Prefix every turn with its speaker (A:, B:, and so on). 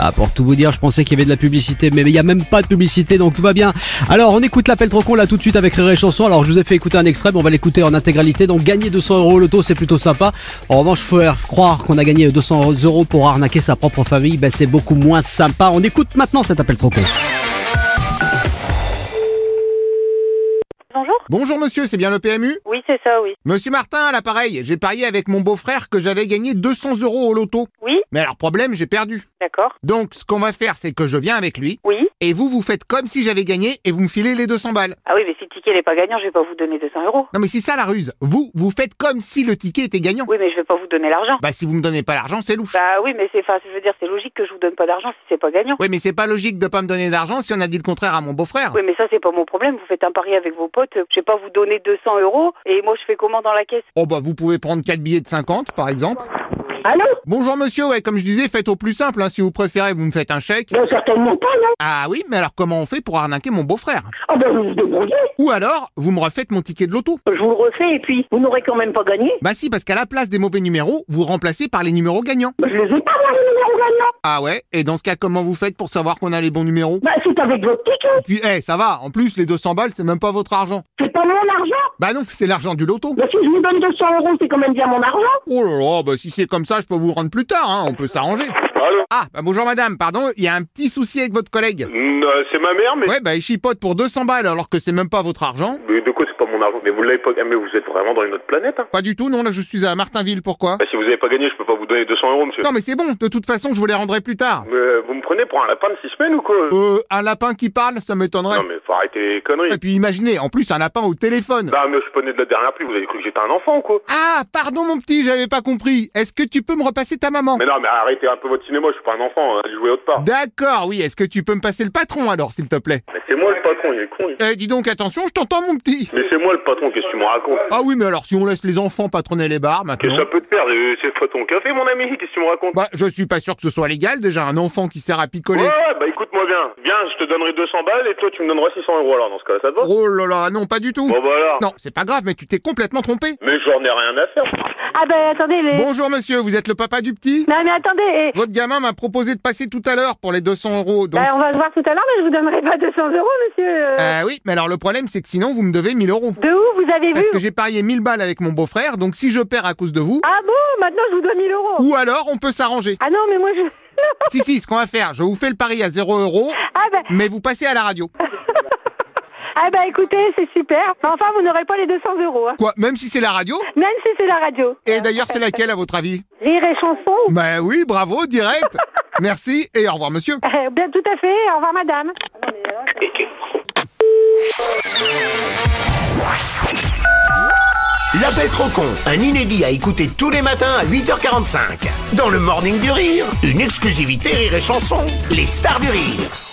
A: Ah, pour tout vous dire, je pensais qu'il y avait de la publicité, mais il n'y a même pas de publicité, donc tout va bien. Alors, on écoute l'appel trop con là tout de suite avec Rire et Chanson. Alors, je vous ai fait écouter un extrait, mais on va l'écouter en intégralité. Donc, gagner 200 euros au loto, c'est plutôt sympa. En revanche, faire croire qu'on a gagné 200 euros pour arnaquer sa propre famille, ben, c'est beaucoup moins sympa. On écoute maintenant cet appel trop con.
B: Bonjour.
C: Bonjour monsieur, c'est bien le PMU
B: Oui, c'est ça, oui.
C: Monsieur Martin, à l'appareil, j'ai parié avec mon beau-frère que j'avais gagné 200 euros au loto.
B: Oui,
C: Mais alors, problème, j'ai perdu.
B: d'accord.
C: Donc, ce qu'on va faire, c'est que je viens avec lui,
B: Oui.
C: et vous, vous faites comme si j'avais gagné, et vous me filez les 200 balles.
B: Ah oui, mais si le ticket n'est pas gagnant, je vais pas vous donner 200 euros.
C: Non mais c'est ça la ruse. Vous, vous faites comme si le ticket était gagnant.
B: Oui, mais je vais pas vous donner l'argent.
C: Bah si vous me donnez pas l'argent, c'est louche.
B: Bah oui, mais c'est, enfin, je veux dire, c'est logique que je vous donne pas d'argent si c'est pas gagnant.
C: Oui, mais c'est pas logique de pas me donner d'argent si on a dit le contraire à mon beau-frère.
B: Oui, mais ça, c'est pas mon problème. Vous faites un pari avec vos potes. Je vais pas vous donner 200 euros et moi, je fais comment dans la caisse
C: Oh bah vous pouvez prendre 4 billets de 50 par exemple.
D: Allô
C: Bonjour monsieur, ouais, comme je disais, faites au plus simple, hein. si vous préférez, vous me faites un chèque.
D: Ben certainement pas, non
C: Ah oui, mais alors comment on fait pour arnaquer mon beau-frère
D: Ah ben vous vous débrouillez
C: Ou alors, vous me refaites mon ticket de loto.
D: Je vous le refais et puis vous n'aurez quand même pas gagné.
C: Bah si, parce qu'à la place des mauvais numéros, vous remplacez par les numéros gagnants.
D: Ben, je les ai pas moi les numéros gagnants
C: Ah ouais, et dans ce cas, comment vous faites pour savoir qu'on a les bons numéros
D: Ben c'est avec votre ticket
C: Puis, eh, ça va, en plus, les 200 balles, c'est même pas votre argent.
D: C'est pas mon argent
C: Bah non, c'est l'argent du loto.
D: Ben si je vous donne 200 euros, c'est quand même bien mon argent
C: Oh là là, bah si c'est comme ça, je peux vous rendre plus tard, hein, on peut s'arranger.
E: Allô
C: Ah, bah bonjour madame, pardon, il y a un petit souci avec votre collègue.
E: Mm, euh, C'est ma mère, mais...
C: Ouais, bah il chipote pour 200 balles alors que c'est même pas votre argent.
E: Mais de quoi c'est pas mon argent Mais vous l'avez pas... Ah, Mais vous êtes vraiment dans une autre planète, hein
C: Pas du tout, non, là je suis à Martinville, pourquoi
E: bah, Si vous avez pas gagné, je peux pas vous donner 200 euros, monsieur.
C: Non mais c'est bon, de toute façon je vous les rendrai plus tard.
E: Mais, euh, vous me prenez pour un lapin de 6 semaines ou quoi
C: Euh, un lapin qui parle, ça m'étonnerait.
E: Non, mais faut arrêter les conneries.
C: Et puis imaginez, en plus un lapin au téléphone.
E: Bah, mais je suis pas né de la dernière pluie, vous avez cru que j'étais un enfant ou quoi
C: Ah, pardon mon petit, j'avais pas compris. Est-ce que tu peux me repasser ta maman
E: Mais non, mais arrêtez un peu votre cinéma, je suis pas un enfant, hein, allez jouer autre part.
C: D'accord, oui, est-ce que tu peux me passer le patron alors, s'il te plaît
E: Mais c'est moi le patron, il est con. lui.
C: Eh, dis donc, attention, je t'entends mon petit.
E: Mais c'est moi le patron, qu'est-ce que tu me racontes
C: Ah oui, mais alors si on laisse les enfants patronner les bars
E: Qu'est-ce
C: maintenant...
E: que ça peut te perdre Euh, C'est pas ton café, mon ami, qu'est-ce que tu me racontes
C: Bah, je suis pas sûr que ce soit légal, déjà, un enfant qui sert à
E: Ouais,
C: picoler.
E: ouais, bah écoute-moi bien. Viens, je te donnerai 200 balles et toi, tu me donneras 600 euros alors, dans ce cas-là, ça te va
C: Oh là là, non, pas du tout.
E: Bon, bah alors.
C: Non, c'est pas grave, mais tu t'es complètement trompé.
E: Mais j'en ai rien à faire.
B: Ah ben attendez, mais.
C: Bonjour monsieur, vous êtes le papa du petit
B: Non, mais attendez,
C: Votre gamin m'a proposé de passer tout à l'heure pour les 200 euros, donc...
B: ben, on va se voir tout à l'heure, mais je vous donnerai pas 200 euros, monsieur.
C: Euh, oui, mais alors le problème, c'est que sinon, vous me devez 1000 euros.
B: De où vous avez
C: Parce que j'ai parié 1000 balles avec mon beau-frère, donc si je perds à cause de vous,
B: Ah bon Maintenant, je vous dois 1000 euros.
C: ou alors on peut s'arranger.
B: Ah non, mais moi, je.
C: si, si, ce qu'on va faire, je vous fais le pari à 0 euros,
B: Ah ben,
C: mais vous passez à la radio.
B: ah ben écoutez, c'est super. Mais enfin, vous n'aurez pas les 200 euros. hein.
C: Quoi, même si c'est la radio
B: Même si c'est la radio.
C: Et d'ailleurs, c'est laquelle, à votre avis
B: Rire et chanson
C: Bah oui, bravo, direct Merci, et au revoir monsieur.
B: Eh Bien, tout à fait. Au revoir, madame.
F: L'appel trop con, un inédit à écouter tous les matins à 8h45. Dans le Morning du Rire, une exclusivité Rire et Chanson, les stars du rire.